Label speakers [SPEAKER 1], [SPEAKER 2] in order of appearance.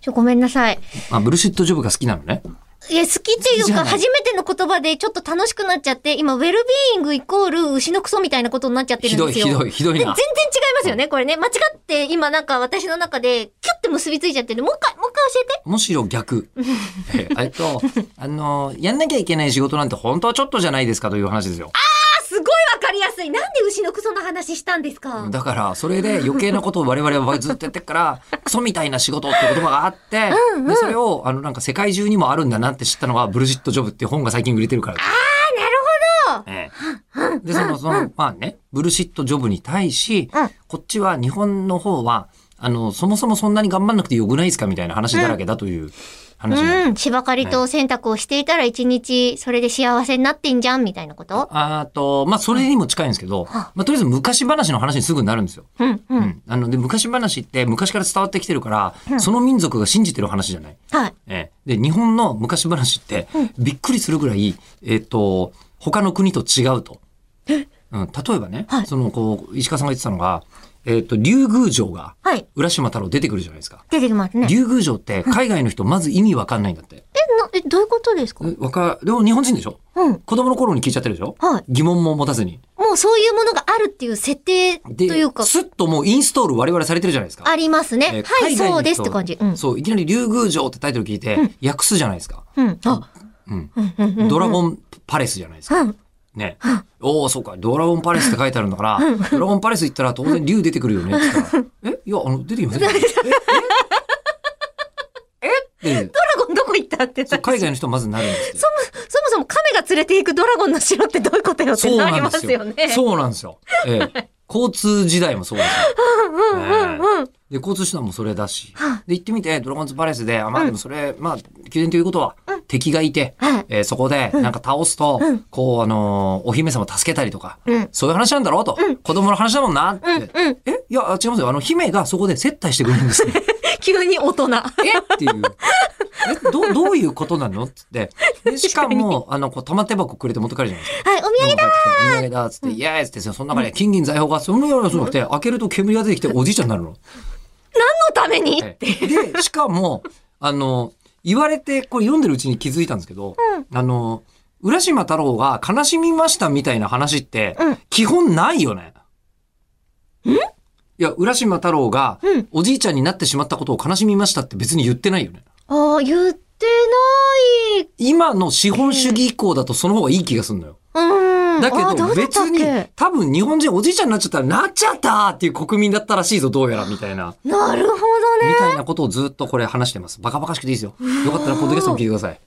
[SPEAKER 1] ちょ、ごめんなさい。
[SPEAKER 2] あ、ブルシットジョブが好きなのね。
[SPEAKER 1] いや、好きってい
[SPEAKER 2] 好き
[SPEAKER 1] う
[SPEAKER 2] じゃ
[SPEAKER 1] か、
[SPEAKER 2] ない
[SPEAKER 1] 初めての言葉でちょっと楽しくなっちゃって、今、ウェルビーイングイコール牛のクソみたいなことになっちゃってる
[SPEAKER 2] ひ
[SPEAKER 1] ん
[SPEAKER 2] ど
[SPEAKER 1] で
[SPEAKER 2] い、
[SPEAKER 1] すよ。
[SPEAKER 2] ひどい、ひどい
[SPEAKER 1] で全然違い
[SPEAKER 2] な。
[SPEAKER 1] ますよね、これね。間違って、今なんか私の中で、キュッて結びついちゃってる。もう一回、もう一回教えて。
[SPEAKER 2] むしろ 逆。ええっと、あの、やんなきゃいけない仕事なんて本当はちょっとじゃないですかという話ですよ。
[SPEAKER 1] あ、すごいわかりやすい。なんで牛のクソの話したんですか
[SPEAKER 2] だから、それで余計なことを我々はずっとやってっ から、クソみたいな仕事って言葉があって、でそれを、あの、なんか世界中にもあるんだなって知ったのが、ブルジット・ジョブっていう本が最近売れてるからです。ああ、なるほど、で、その、その、まあね、ブルシット・ジョブに対し、
[SPEAKER 1] うん
[SPEAKER 2] こっちは日本の方は、あの、そもそもそんなに頑張んなくてよくないですかみたいな話だらけだという話なんです
[SPEAKER 1] うん、芝刈りと洗濯をしていたら一日、それで幸せになってんじゃん、みたいなこと
[SPEAKER 2] あと、まあ、それにも近いんですけど、まあ、とりあえず昔話の話にすぐなるんですよ。
[SPEAKER 1] うん、う。
[SPEAKER 2] うんん。あの、で、昔話って昔から伝わってきてるから、その民族が信じてる話じゃない。
[SPEAKER 1] はい。
[SPEAKER 2] ええ。で、日本の昔話って、びっくりするぐらい、えっ、と、他の国と違うと。うん。例えばね、
[SPEAKER 1] はい
[SPEAKER 2] その、こう、石川さんが言ってたのが、えっ、と、竜宮城が、
[SPEAKER 1] はい。
[SPEAKER 2] 浦島太郎出てくるじゃないですか。
[SPEAKER 1] 出てきますね。え、
[SPEAKER 2] 竜宮城って、海外の人、まず意味わかんないんだって。
[SPEAKER 1] な、え、どういうことですか
[SPEAKER 2] えわか、でも日本人でしょ
[SPEAKER 1] うん。
[SPEAKER 2] 子供の頃に聞いちゃってるでしょ
[SPEAKER 1] はい
[SPEAKER 2] 疑問も持たずに。
[SPEAKER 1] もうそういうものがあるっていう設定と
[SPEAKER 2] で、
[SPEAKER 1] いうか、
[SPEAKER 2] スッともうインストール我々されてるじゃないですか。
[SPEAKER 1] あります
[SPEAKER 2] え
[SPEAKER 1] ね。
[SPEAKER 2] ー
[SPEAKER 1] はい、
[SPEAKER 2] 海外の人
[SPEAKER 1] そうですって感じ。うん。
[SPEAKER 2] そう、いきなり竜宮城ってタイトル聞いて、訳すじゃないですか。
[SPEAKER 1] うん。あ、
[SPEAKER 2] うん。
[SPEAKER 1] うん、うん、うん。
[SPEAKER 2] ドラゴンパレスじゃないですか。
[SPEAKER 1] うん。
[SPEAKER 2] ね。おおそうか、ドラゴンパレスって書いてあるんだから、ドラゴンパレス行ったら当然竜出てくるよねって言ったら、えいや、あの、出てきません よ。えええって、
[SPEAKER 1] ドラゴンどこ行ったって
[SPEAKER 2] そ
[SPEAKER 1] そうう
[SPEAKER 2] 海外の人はまずなるんですよ。
[SPEAKER 1] そもそも亀が連れて行くドラゴンの城ってどういうことよってなりますよね。
[SPEAKER 2] そうなんですよ。ええ。交通時代もそうですよ。ねえ
[SPEAKER 1] うん。
[SPEAKER 2] で、交通手段もそれだし
[SPEAKER 1] は。
[SPEAKER 2] で、行ってみて、ドラゴンズパレスで、あまあでもそれ、まあ、宮殿ということは、敵がいて、
[SPEAKER 1] はい
[SPEAKER 2] えーそこで、なんか倒すと、こう、あのーお姫様助けたりとか、
[SPEAKER 1] うん
[SPEAKER 2] そういう話なんだろうと、子供の話だもんなって。
[SPEAKER 1] うんうん
[SPEAKER 2] えいや、違いますよ。あの、姫がそこで接待してくれるんですよ。
[SPEAKER 1] 急に大人。
[SPEAKER 2] えっていう。えどどういうことなのっつって。でしかも、あの、こう、玉手箱くれて持って帰るじゃないですか。
[SPEAKER 1] はい、お土
[SPEAKER 2] お
[SPEAKER 1] 産
[SPEAKER 2] 土産だっつって、イエーイっつって、その中で金銀財宝が、そのようなそうなくて、開けると煙が出てきておじいちゃんになるの。
[SPEAKER 1] のために。
[SPEAKER 2] ええで、しかも、あの、言われて、これ読んでるうちに気づいたんですけど、あの、浦島太郎が悲しみましたみたいな話って
[SPEAKER 1] うん、
[SPEAKER 2] 基本ないよね。いや、浦島太郎が
[SPEAKER 1] うん、
[SPEAKER 2] おじいちゃんになってしまったことを悲しみましたって別に言ってないよね。
[SPEAKER 1] ああ、言ってない。
[SPEAKER 2] 今の資本主義以降だとその方がいい気がするのよ。
[SPEAKER 1] うん。
[SPEAKER 2] だけ
[SPEAKER 1] あー
[SPEAKER 2] ど
[SPEAKER 1] うだったっ
[SPEAKER 2] 別に
[SPEAKER 1] け、
[SPEAKER 2] 多分日本人おじいちゃんになっちゃったら、なっちゃったっていう国民だったらしいぞ、どうやら、みたいな。
[SPEAKER 1] なるほどね。
[SPEAKER 2] みたいなことをずっとこれ話してます。バカバカしくていいですよ。よかったら、ポッドキャストも聞いてください。